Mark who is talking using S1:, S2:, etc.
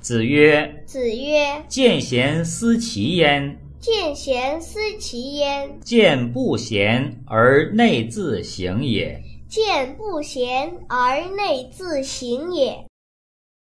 S1: 子曰
S2: 子曰：“
S1: 见贤思齐焉，：“
S2: 见贤思齐焉，
S1: 见不贤而内自省也。”
S2: 见不贤而内自省也。”